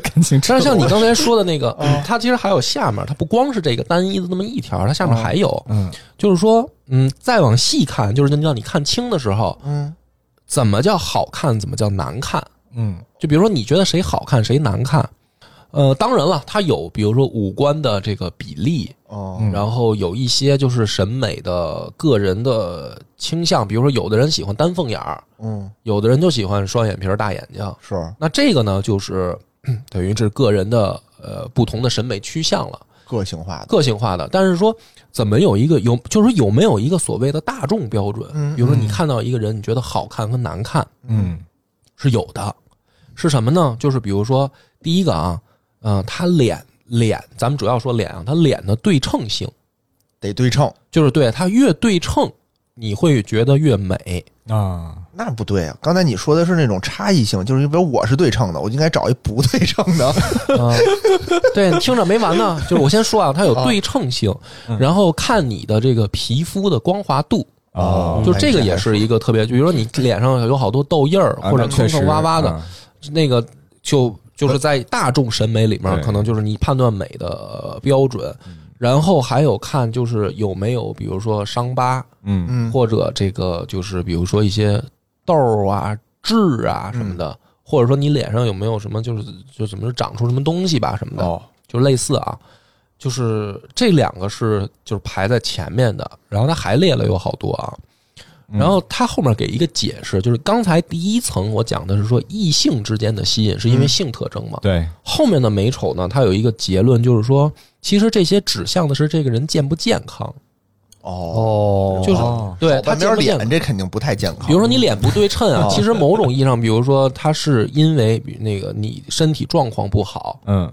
感情但是像你刚才说的那个，它其实还有下面，它不光是这个单一的那么一条，它下哦面还有，嗯就是说，嗯，再往细看，就是让你看清的时候，嗯，怎么叫好看，怎么叫难看？嗯就比如说，你觉得谁好看，谁难看？呃，当然了，它有比如说五官的这个比例，哦，嗯然后有一些就是审美的个人的倾向，比如说有的人喜欢丹凤眼儿，嗯，有的人就喜欢双眼皮儿、大眼睛，是，那这个呢，就是 嗯等于是个人的呃不同的审美趋向了，个性化的，个性化的。但是说怎么有一个有，就是有没有一个所谓的大众标准？嗯比如说你看到一个人，你觉得好看和难看嗯是有的，是什么呢？就是比如说第一个啊，嗯、他脸脸，咱们主要说脸啊，他脸的对称性，得对称，就是对他越对称，你会觉得越美。啊，那不对啊！刚才你说的是那种差异性，就是因为我是对称的，我就应该找一不对称的。啊，对，你听着没完呢。就是我先说啊，它有对称性，然后看你的这个皮肤的光滑度，哦就这个也是一个特别，比如说你脸上有好多痘印儿啊或者那坑确实坑洼洼的，啊那个就就是在大众审美里面，对嗯可能就是你判断美的呃标准。然后还有看就是有没有，比如说伤疤，嗯嗯，或者这个就是比如说一些痘儿啊、痣啊什嗯么的，或者说你脸上有没有什么就是就怎么说长出什么东西吧什么的，哦就类似啊，就是这两个是就是排在前面的，然后他还列了有好多啊，嗯然后他后面给一个解释，就是刚才第一层我讲的是说异性之间的吸引是因为性特征嘛，对，后面的美丑呢，它有一个结论就是说，其实这些指向的是这个人健不健康，哦，哦就是、对他半健边不健脸康。这肯定不太健康。比如说你脸不对称啊哦，其实某种意义上，比如说它是因为比那个你身体状况不好，嗯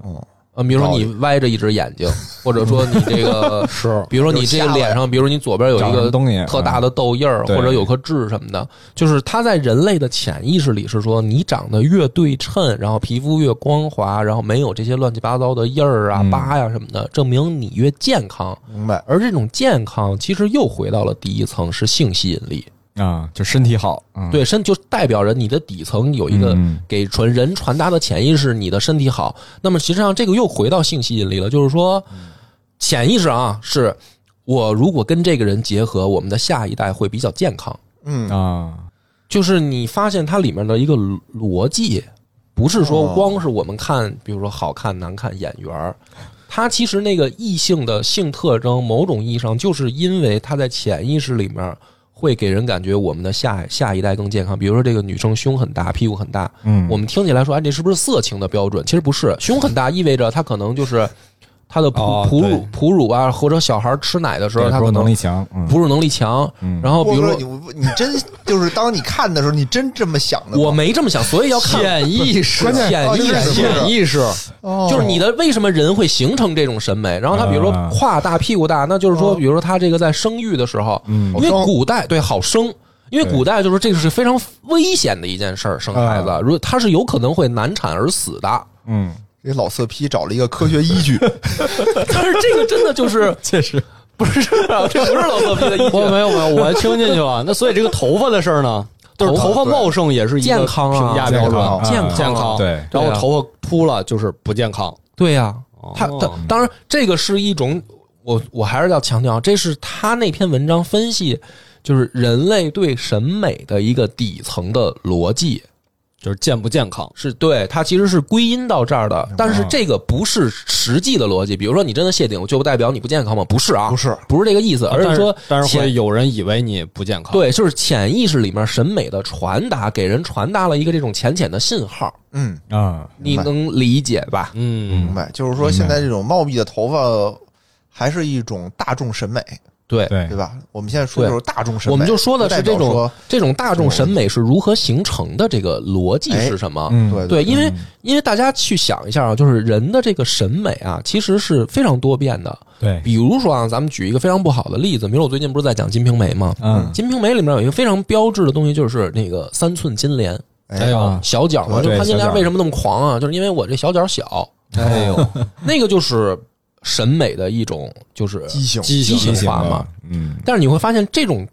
呃，比如说道你理歪着一只眼睛，或者说你这 个是比如说你这个脸上，比如说你左边有一长什个么东西嗯特大的痘印儿，对或者有颗痣什么的，就是它在人类的潜意识里是说，你长得越对称，然后皮肤越光滑，然后没有这些乱七八糟的印儿啊、嗯疤呀、什么的，证明你越健康。明白，而这种健康其实又回到了第一层，是性吸引力。啊，就身体好，嗯对身就代表着你的底层有一个嗯给传人传达的潜意识，你的身体好。那么实际上这个又回到性吸引力了，就是说嗯潜意识啊，是我如果跟这个人结合，我们的下一代会比较健康。嗯，啊，就是你发现它里面的一个逻逻辑，不是说哦光是我们看，比如说好看、难看、眼缘儿，它其实那个异性的性特征，某种意义上就是因为它在潜意识里面会给人感觉我们的下下一代更健康。比如说这个女生胸很大，屁股很大，嗯我们听起来说，哎，这是不是色情的标准？其实不是，胸很大意味着她可能就是他的哺哦哺对乳哺乳啊，或者小孩吃奶的时候，对他不可是能能力强，嗯哺乳能力强。嗯然后比郭如哥，说你你真 就是当你看的时候，你真这么想的吗？我没这么想，所以要看潜意识，啊关键哦潜意意识识。潜意识，哦就是你的为什么人会形成这种审美？然后他比如说啊胯大屁股大，那就是说，哦比如说他这个在生育的时候，嗯因为好生古代对好生，因为古代就是这个是非常危险的一件事儿，生孩子啊，如果他是有可能会难产而死 的。嗯， 这老色批找了一个科学依据，但是这个真的就是确实，不是啊，这不是老色批的意我见，没有没有，我听进去了。那所以这个头发的事儿呢，就是头发茂盛也是一个健康啊评价标健准，康，健啊康健康。对然后对啊头发秃了就是不健康。对呀、他他哦当然这个是一种，我我还是要强调，啊这是他那篇文章分析，就是人类对审美的一个底层的逻辑。就是健不健康，是对，它其实是归因到这儿的，但是这个不是实际的逻辑。比如说，你真的谢顶，就不代表你不健康吗？不是 啊，不是不是这个意思，而啊但是说但是会潜有人以为你不健康。，对，就是潜意识里面审美的传达，给人传达了一个这种浅浅的信号，嗯，啊，你明白能理解吧？嗯明，白，就是说现在这种茂密的头发还是一种大众审美，对，对对吧？我们现在说的就是大众审美，我们就说的是这不代表种说，这种大众审美是如何形成的，这个逻辑是什么？嗯对对，因为嗯因为大家去想一下啊，就是人的这个审美啊，其实是非常多变的。对，比如说啊，咱们举一个非常不好的例子，比如我最近不是在讲《金瓶梅》吗？嗯《金瓶梅》里面有一个非常标志的东西，就是那个三寸金莲，哎呦啊小脚嘛，就对是潘金小莲脚为什么那么狂啊？就是因为我这小脚小，哎呦，那个就是审美的一种，就是畸形，畸畸形形提醒化嘛了。，嗯，但是你会发现，这种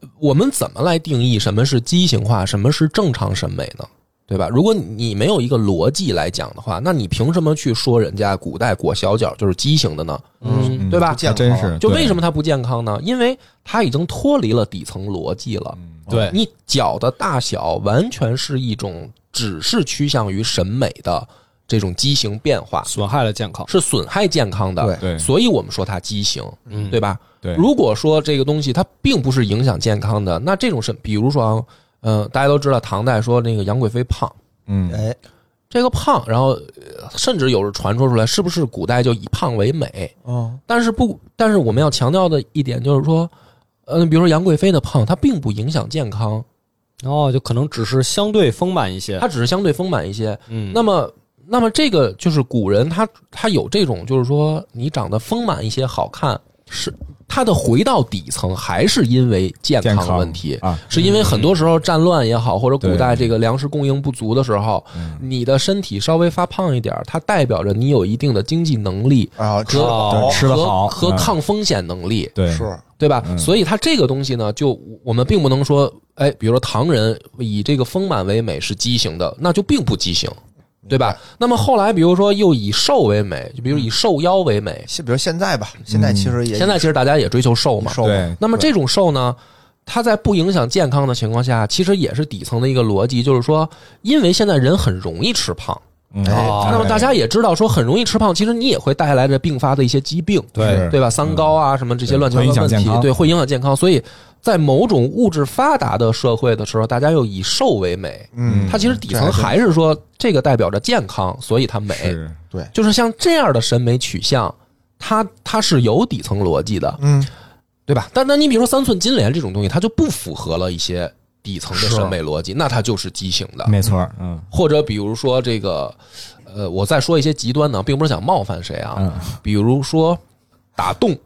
呃我们怎么来定义什么是畸形化，什么是正常审美呢？对吧？如果你没有一个逻辑来讲的话，那你凭什么去说人家古代裹小脚就是畸形的呢？嗯对吧不？健还康真是，就为什么？么它不健康呢？因为它已经脱离了底层逻辑了。嗯 对，你脚的大小完全是一种，只是趋向于审美的这种畸形变化，损害了健康。是损害健康的。对对所以我们说它畸形，嗯，对吧？对，如果说这个东西它并不是影响健康的，那这种是，比如说啊，呃，大家都知道唐代说那个杨贵妃胖，嗯哎，这个胖，然后呃甚至有人传说出来，是不是古代就以胖为美？哦，但是不，但是我们要强调的一点就是说，呃，比如说杨贵妃的胖，它并不影响健康，然哦后就可能只是相对丰满一些。它只是相对丰满一些。嗯，那么，那么这个就是古人他他有这种，就是说你长得丰满一些好看，是他的回到底层还是因为健健康康问题？啊，是因为很多时候战乱也好，或者古对代这个粮食供应不足的时候，嗯你的身体稍微发胖一点儿，它代表着你有一定的经济能力啊，吃哦对吃的和好和嗯抗风险能力，对是对吧？嗯所以它这个东西呢，就我们并不能说，哎，比如说唐人以这个丰满为美是畸形的，那就并不畸形。对吧？那么后来，比如说又以瘦为美，就比如以瘦腰为美。现比如现在吧，现在其实嗯也嗯现在其实大家也追求瘦嘛，瘦对那么这种瘦呢，它在不影响健康的情况下，其实也是底层的一个逻辑，就是说，因为现在人很容易吃胖，嗯哎哦那么大家也知道说很容易吃胖，其实你也会带来着并发的一些疾病，对对吧？三高啊什么这些对乱七八会影糟响问健题，康对，会影响健康。所以在某种物质发达的社会的时候，大家又以瘦为美，嗯，它其实底这层还真还是说这个代表着健康，所以它美。是就是像这样的审美取向，它它是有底层逻辑的，嗯，对吧？但但你比如说三寸金莲这种东西，它就不符合了一些底层的审美逻辑，那它就是畸形的。没错儿，嗯或者比如说这个，呃，我再说一些极端的，并不是想冒犯谁啊，嗯，比如说打洞，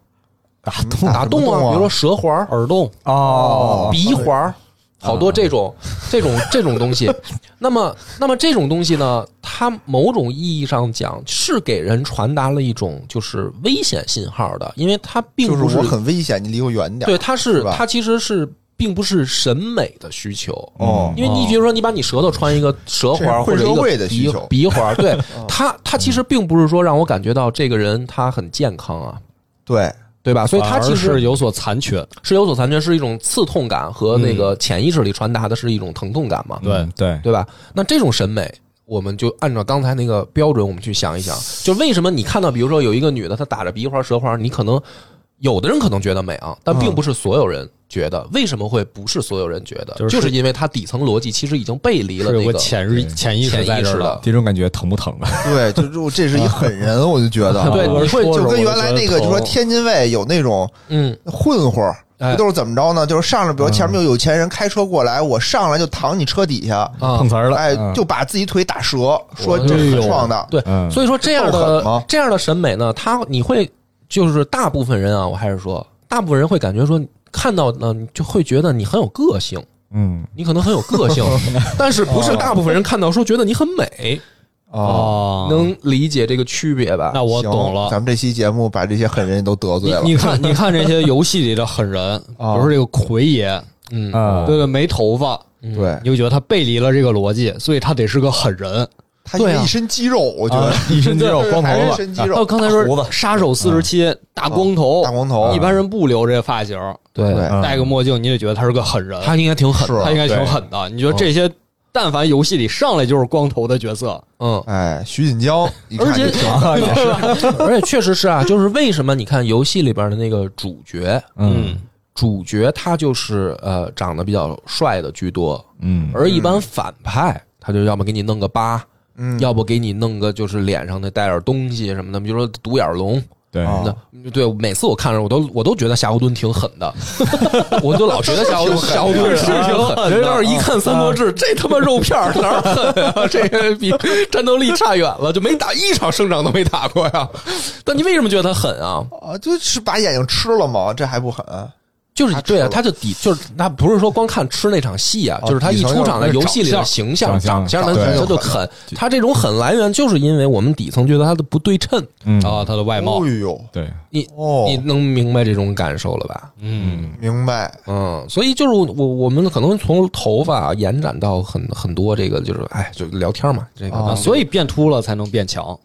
打打打洞什么啊，洞啊啊比如说舌环儿、耳洞、哦鼻环儿，好多这种、这种这种东 西。那么，那么这种东西呢，它某种意义上讲是给人传达了一种就是危险信号的，因为它并就不是我很危险，你离我远点儿。对，它是是吧它其实是并不是审美的需求。嗯哦因为你比如说，你把你舌头穿一个舌环儿这或是者混社一会个的鼻需求鼻环儿， 对嗯它它其实并不是说让我感觉到这个人他很健康啊，对，对吧？所以它反而其实是有所残缺。是有所残缺，是一种刺痛感和嗯那个潜意识里传达的是一种疼痛感嘛，嗯对对吧？那这种审美，我们就按照刚才那个标准，我们去想一想，就为什么你看到，比如嗯说有一个女的她打着鼻环、舌环，你可能有的人可能觉得美啊，但并不是所有人觉得，为什么会不是所有人觉得？就是就是因为它底层逻辑其实已经背离了那是有个个潜意对潜意识潜在意这识儿的。这种感觉疼不疼啊？对，就就这是一狠人，我就觉得，对你会就跟原来那个，就说天天，津卫有那种嗯，混混儿，哎不都是怎么着呢？就是上来，比如前面有有钱人开车过来，我上来就躺你车底下，啊碰瓷儿了，哎，嗯就把自己腿打折，我说这是创的，对，嗯所以说这样够狠的吗这样的审美呢，他你会就是大部分人啊，我还是说，大部分人会感觉说，看到呢你就会觉得你很有个性，嗯你可能很有个 性，但是不是大部分人看到说觉得你很美，哦，哦，能理解这个区别吧？那我懂行了。咱们这期节目把这些狠人都得罪你了， 你看，你看这些游戏里的狠人，比啊如说这个奎爷，嗯啊对对，没头发，对你嗯就觉得他背离了这个逻辑，所以他得是个狠人。他因为对啊一身肌肉，我觉得啊一身肌 肉对光头还是一子身肌还有肉，哦刚才胡说子杀手四十七大光头，大光头一，般人不留这发型，对对嗯戴个墨镜，你得觉得他是个狠人，他应该挺狠是的，他应该挺狠的。你觉得这些，但凡游戏里上来就是光头的角色，嗯。哎，徐锦江，一看而且就挺也是，而且确实是啊，就是为什么你看游戏里边的那个主角，嗯主角他就是呃长得比较帅的居多，嗯而一般反派他就要么给你弄个疤，嗯，要不给你弄个就是脸上的带点东西什么的，比如说独眼龙。对哦啊那对，每次我看着我都我都觉得夏侯惇挺狠的， 我就老觉得夏侯惇夏侯惇是挺狠的。嗯要是一看《三国志》，这他妈肉片儿哪儿狠啊？这个比战斗力差远了，就没打一场胜仗都没打过呀。但你为什么觉得他狠啊？啊，就是把眼睛吃了嘛，这还不狠？就是他对啊，吃了他就底就是他不是说光看吃那场戏啊，哦就是他一出场在游戏里的形象、底层长相，他有长相他对就狠。他这种狠来源就是因为我们底层觉得他的不对称。嗯啊，他的外貌哎，呦，对哦你，能明白这种感受了吧？嗯，明白，嗯，所以就是我我们可能从头发啊延展到很很多这个就是哎，就聊天嘛，这个、啊啊，所以变秃了才能变强。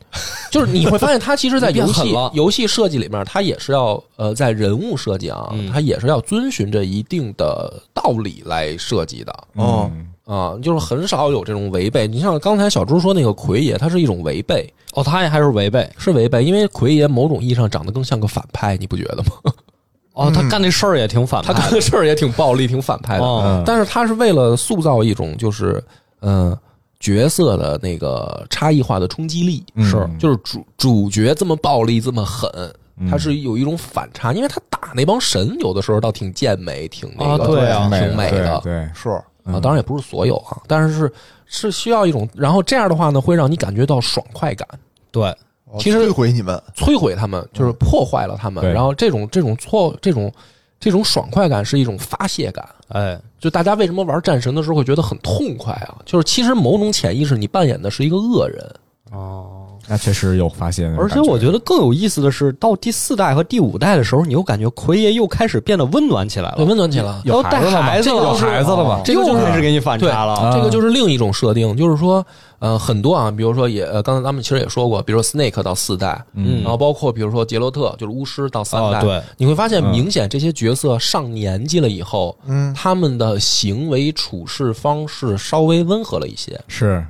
就是你会发现它其实， 在游变狠戏了游戏设计里面，它也是要呃在人物设计啊嗯，它也是要遵循着一定的道理来设计的哦嗯啊，就是很少有这种违背。你像刚才小猪说那个奎爷，它是一种违背，哦，他还是违背。是违背，因为奎爷某种意义上长得更像个反派，你不觉得吗？ 哦，他干那事儿也挺反他派的。干嗯的事儿也挺暴力、挺反 派的。哦，嗯但是他是为了塑造一种就是嗯、呃角色的那个差异化的冲击力，嗯是就是主主角这么暴力这么狠，嗯他是有一种反差，因为他打那帮神有的时候倒挺健美，挺那个啊对啊挺美的对对嗯是啊，当然也不是所有啊，但是是是需要一种，然后这样的话呢，会让你感觉到爽快感。对，哦其实摧毁你们，摧毁他们，就是破坏了他们，嗯对然后这种这种错这种这种爽快感是一种发泄感，哎，就大家为什么玩战神的时候会觉得很痛快啊？就是其实某种潜意识，你扮演的是一个恶人，哦，那确实有发现那种而感，且我觉得更有意思的是，到第四代和第五代的时候，你又感觉奎爷又开始变得温暖起来对，了，温暖起来了。又带孩子有了，哦孩子了嘛这个就是又开始给你反差了。啊这个就是另一种设定，就是说，呃，很多啊，比如说也，呃，刚才咱们其实也说过，比如说 Snake 到四代，嗯然后包括比如说杰洛特，就是巫师到三代，哦对，你会发现明显这些角色上年纪了以后，嗯，他们的行为处事方式稍微温和了一些，是嗯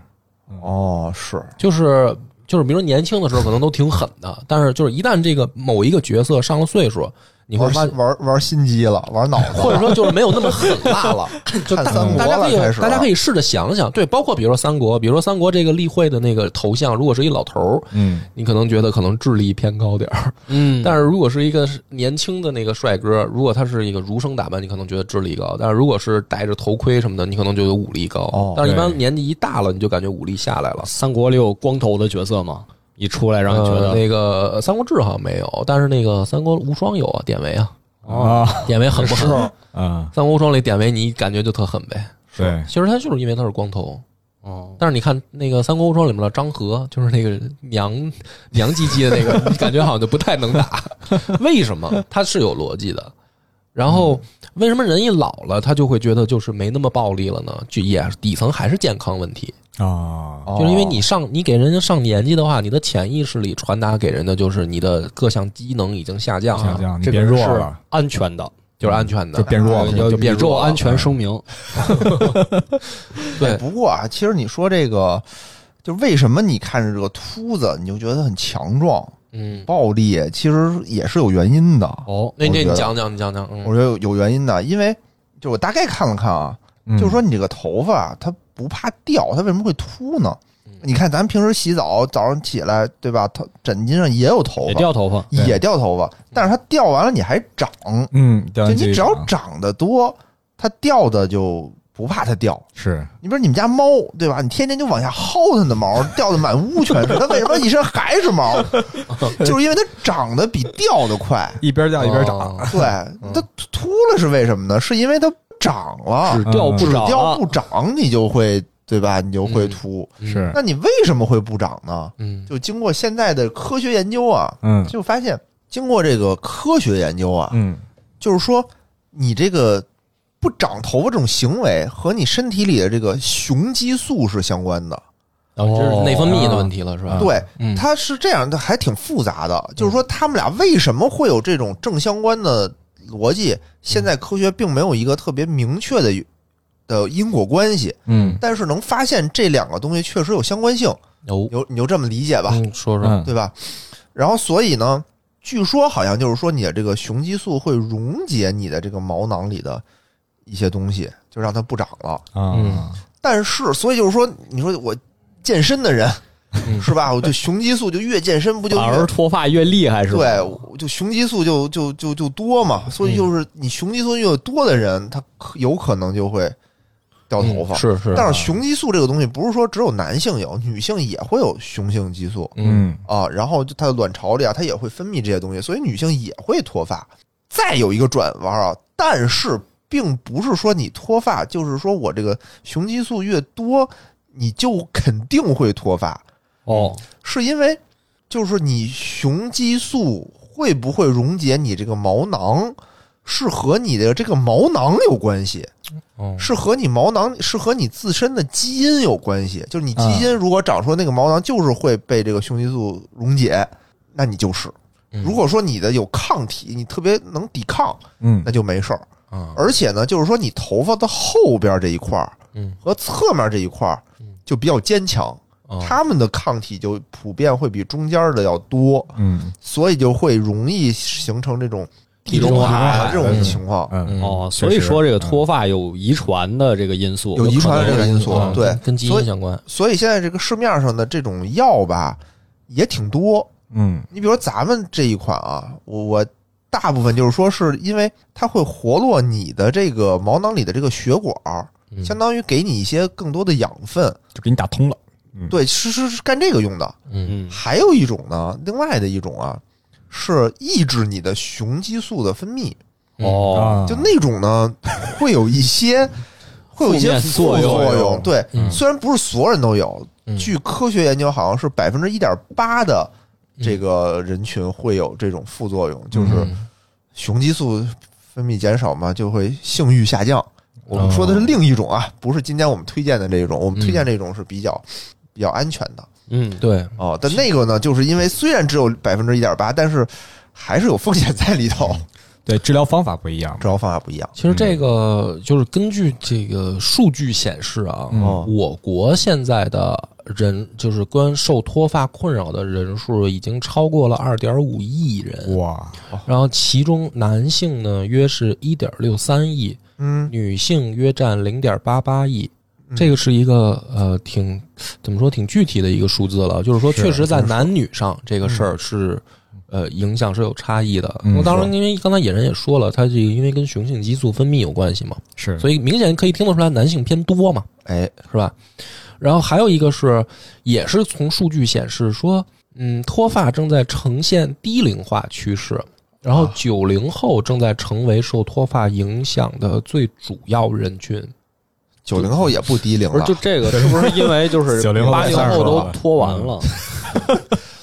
哦，是就是就是，比如说年轻的时候可能都挺狠的，但是就是一旦这个某一个角色上了岁数，你会玩发现心。玩玩心机了，玩脑子了， 或者说就是没有那么狠辣了，就大 看三国大家可以了开始大家可以试着想想，对，包括比如说三国，比如说三国这个例会的那个头像，如果是一老头儿，嗯你可能觉得可能智力偏高点儿，嗯，但是如果是一个年轻的那个帅哥，如果他是一个儒生打扮，你可能觉得智力高，但是如果是戴着头盔什么的，你可能觉得武力高，哦但是一般对年纪一大了，你就感觉武力下来了。三国里有光头的角色吗？一出来让你觉呃，得那个《三国志》好像没有，但是那个《三国无双》有啊，典韦啊，啊典韦狠不狠？《啊，三国无双》里典韦你感觉就特狠呗。对，其实他就是因为他是光头，哦，但是你看那个《三国无双》里面的张合，就是那个娘 娘唧唧的那个，你感觉好像就不太能打。为什么？他是有逻辑的。然后为什么人一老了，他就会觉得就是没那么暴力了呢？就也底层还是健康问题。啊，哦就是因为你上你给人家上年纪的话，你的潜意识里传达给人的就是你的各项机能已经下降了，下降，你这变个弱是了，安全的，啊就是安全的就。变弱了，要就变宇宙弱了安全声明。对不过啊，其实你说这个，就为什么你看着这个秃子，你就觉得很强壮？嗯，暴力其实也是有原因的。哦，那那我觉你得讲讲，你讲讲，嗯我觉得有有原因的，因为就我大概看了看啊，嗯就是说你这个头发它不怕掉，它为什么会秃呢？你看咱们平时洗澡，早上起来对吧？它枕巾上也有头也发，掉头发，对也掉头发，但是它掉完了你还长，嗯，就就你只要长得多，它掉的就不怕它掉。是你比如你们家猫对吧？你天天就往下薅它的毛，掉的满屋全是，它为什么一身还是毛？就是因为它长得比掉的快。一边掉一边长， 哦对，它秃了是为什么呢？是因为它长了只，掉不啊只长掉了哦不长，你就会对吧？你就会秃。是那你为什么会不长呢？嗯就经过现在的科学研究啊，嗯就发现经过这个科学研究啊，嗯就是说你这个不长头发这种行为和你身体里的这个雄激素是相关的。哦，这是内分泌的问题了，是吧？对，嗯它是这样的，还挺复杂的。就是说，他们俩为什么会有这种正相关的逻辑？现在科学并没有一个特别明确的的因果关系，嗯但是能发现这两个东西确实有相关性。有有你就这么理解吧，嗯，说说，嗯对吧？然后，所以呢，据说好像就是说，你的这个雄激素会溶解你的这个毛囊里的一些东西，就让它不长了。啊但是，所以就是说，你说我健身的人、嗯是吧？我就雄激素就越健身不就反越而脱发越厉害是吧？对，我就雄激素就就就就多嘛，所以就是你雄激素越多的人，他可有可能就会掉头发。嗯是是，但是雄激素这个东西不是说只有男性有，女性也会有雄性激素嗯啊。然后就它的卵巢里啊，它也会分泌这些东西，所以女性也会脱发。再有一个转弯啊，但是并不是说你脱发，就是说我这个雄激素越多，你就肯定会脱发。哦，是因为就是你雄激素会不会溶解你这个毛囊，是和你的这个毛囊有关系，哦是和你毛囊是和你自身的基因有关系。就是你基因如果长出那个毛囊，就是会被这个雄激素溶解，那你就是。嗯如果说你的有抗体，你特别能抵抗，嗯那就没事儿。啊而且呢，就是说你头发的后边这一块儿嗯和侧面这一块儿嗯就比较坚强，哦他们的抗体就普遍会比中间的要多，嗯所以就会容易形成这种地中海这种情况。嗯哦，所以说这个脱发有遗传的这个因素，有遗传的这个因素啊对跟基所因以相关，所以现在这个市面上的这种药吧，也挺多。嗯你比如说咱们这一款啊，我我大部分就是说是因为它会活络你的这个毛囊里的这个血管儿，嗯相当于给你一些更多的养分。就给你打通了，对，是是是干这个用的。嗯嗯，还有一种呢，另外的一种啊，是抑制你的雄激素的分泌。哦，啊就那种呢，会有一些会有一些负副面作用。用对，嗯虽然不是所有人都有，嗯据科学研究，好像是百分之一点八的这个人群会有这种副作用，就是嗯雄激素分泌减少嘛，就会性欲下降。我们说的是另一种啊，不是今天我们推荐的这一种，我们推荐这种是比较。比较安全的嗯，对，哦，但那个呢，就是因为虽然只有百分之一点八，但是还是有风险在里头，对治疗方法不一样治疗方法不一样。其实这个就是根据这个数据显示啊，嗯我国现在的人就是关受脱发困扰的人数已经超过了二点五亿人，嗯哇，然后其中男性呢约是一点六三亿，嗯，女性约占零点八八亿。嗯这个是一个呃挺怎么说挺具体的一个数字了，就是说确实在男女上这个事儿是呃影响是有差异的。嗯那当然，因为刚才野人也说了，它这个因为跟雄性激素分泌有关系嘛，是所以明显可以听得出来男性偏多嘛，哎，是吧？然后还有一个是，也是从数据显示说，嗯，脱发正在呈现低龄化趋势，然后啊九零后正在成为受脱发影响的最主要人群。九零后也不低龄不是了就，这个是不是因为就 是90后八零后都脱完了？嗯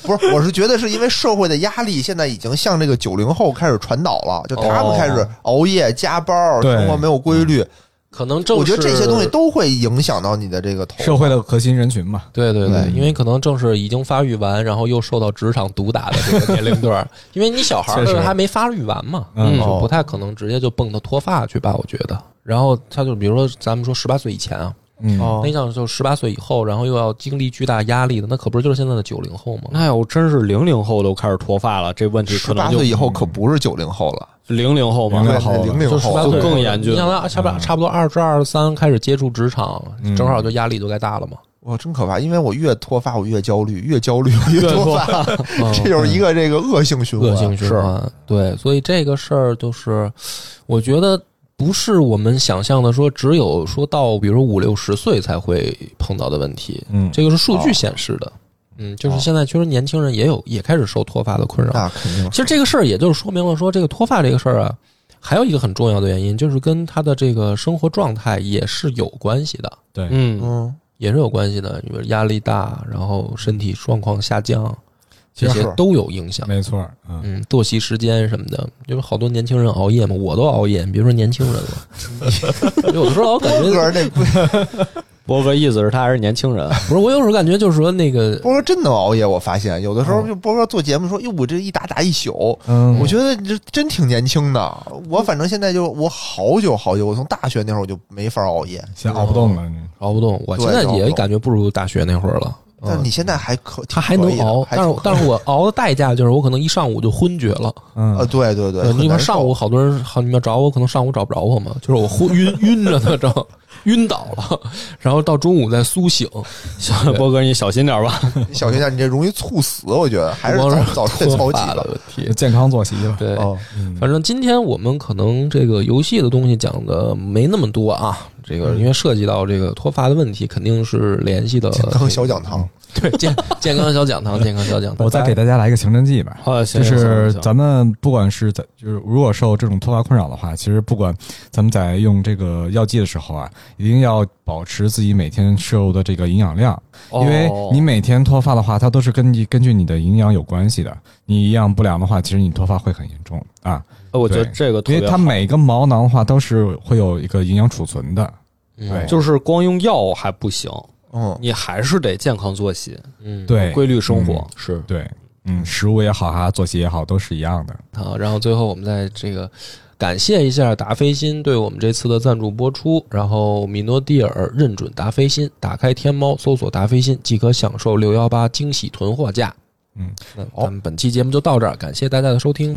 不是，我是觉得是因为社会的压力现在已经向这个九零后开始传导了，就他们开始熬夜、加班儿、对生活没有规律，可能正是我觉得这些东西都会影响到你的这个头。社会的核心人群嘛，对对对，嗯因为可能正是已经发育完，然后又受到职场毒打的这个年龄段 儿，因为你小孩儿确实还没发育完嘛，嗯就不太可能直接就蹦到脱发去吧，我觉得。然后他就比如说咱们说十八岁以前啊，嗯，哦那像就十八岁以后，然后又要经历巨大压力的，那可不是就是现在的九零后吗？那要真是零零后都开始脱发了，这问题十可八能就岁以后可不是九零后了，零零后嘛嗯，对，后了零就零十后八了岁就更严峻你想他差不多差不多二十二三开始接触职场，嗯正好就压力就该大了嘛。哇，真可怕！因为我越脱发，我越焦虑，越焦虑我越越脱脱发，嗯这就是一个这个恶性循环。恶性循环。对，所以这个事儿就是，我觉得不是我们想象的说只有说到比如五六十岁才会碰到的问题，嗯，这个是数据显示的。嗯，就是现在其实年轻人也有也开始受脱发的困扰。那肯定其实这个事儿也就是说明了说这个脱发这个事儿啊，还有一个很重要的原因就是跟他的这个生活状态也是有关系的。对，嗯，嗯，也是有关系的，比如压力大，然后身体状况下降，这些是都有影响。没错，嗯，嗯，作息时间什么的，因为好多年轻人熬夜嘛，我都熬夜，你别说年轻人了， 有的时候老感波觉哥这不波哥意思是他还是年轻 人，不是，我有时候感觉就是说那个波哥真能熬夜，我发现有的时候就波哥做节目说，哟，我这一打打一宿，嗯我觉得这真挺年轻的。我反正现在就我好久好久，我从大学那会儿我就没法熬夜，先熬不动了，你熬不动，我对现在熬不也动感觉不如大学那会儿了。但是嗯你现在还可，他还挺可能以的啊熬，还但是挺可以但是我熬的代价就是我可能一上午就昏厥了。呃，嗯，对对对，呃很你难们上受午好多人好，你们要找我，可能上午找不着我嘛，就是我昏晕 晕着呢，正晕倒了，然后到中午再苏 醒。波哥你小心点吧。你小心点，你这容易猝死，我觉得还是我早早睡早脱起发了，吧。我天！健康作息了，对，嗯哦，嗯反正今天我们可能这个游戏的东西讲的没那么多啊，这嗯个因为涉及到这个脱发的问题，肯定是联系的。 健康小讲堂，对健健康小讲堂，健康小讲堂。 我再给大家来一个行政记吧。哦好，行就行是行咱们不管是在就是如果受这种脱发困扰的话，其实不管咱们在用这个药剂的时候啊，一定要保持自己每天摄入的这个营养量，哦因为你每天脱发的话，它都是根据根据你的营养有关系的。你营养不良的话，其实你脱发会很严重啊，哦我觉得对这个特因别为它好每个毛囊的话都是会有一个营养储存的。嗯对就是光用药还不行，嗯，你还是得健康作息，嗯对，规律生活是对，嗯，食物也好哈，作息也好，都是一样的。好，啊然后最后我们在这个感谢一下达菲欣对我们这次的赞助播出，然后米诺地尔认准达菲欣，打开天猫搜索达菲欣即可享受六幺八惊喜囤货价。嗯，那咱们本期节目就到这儿，感谢大家的收听。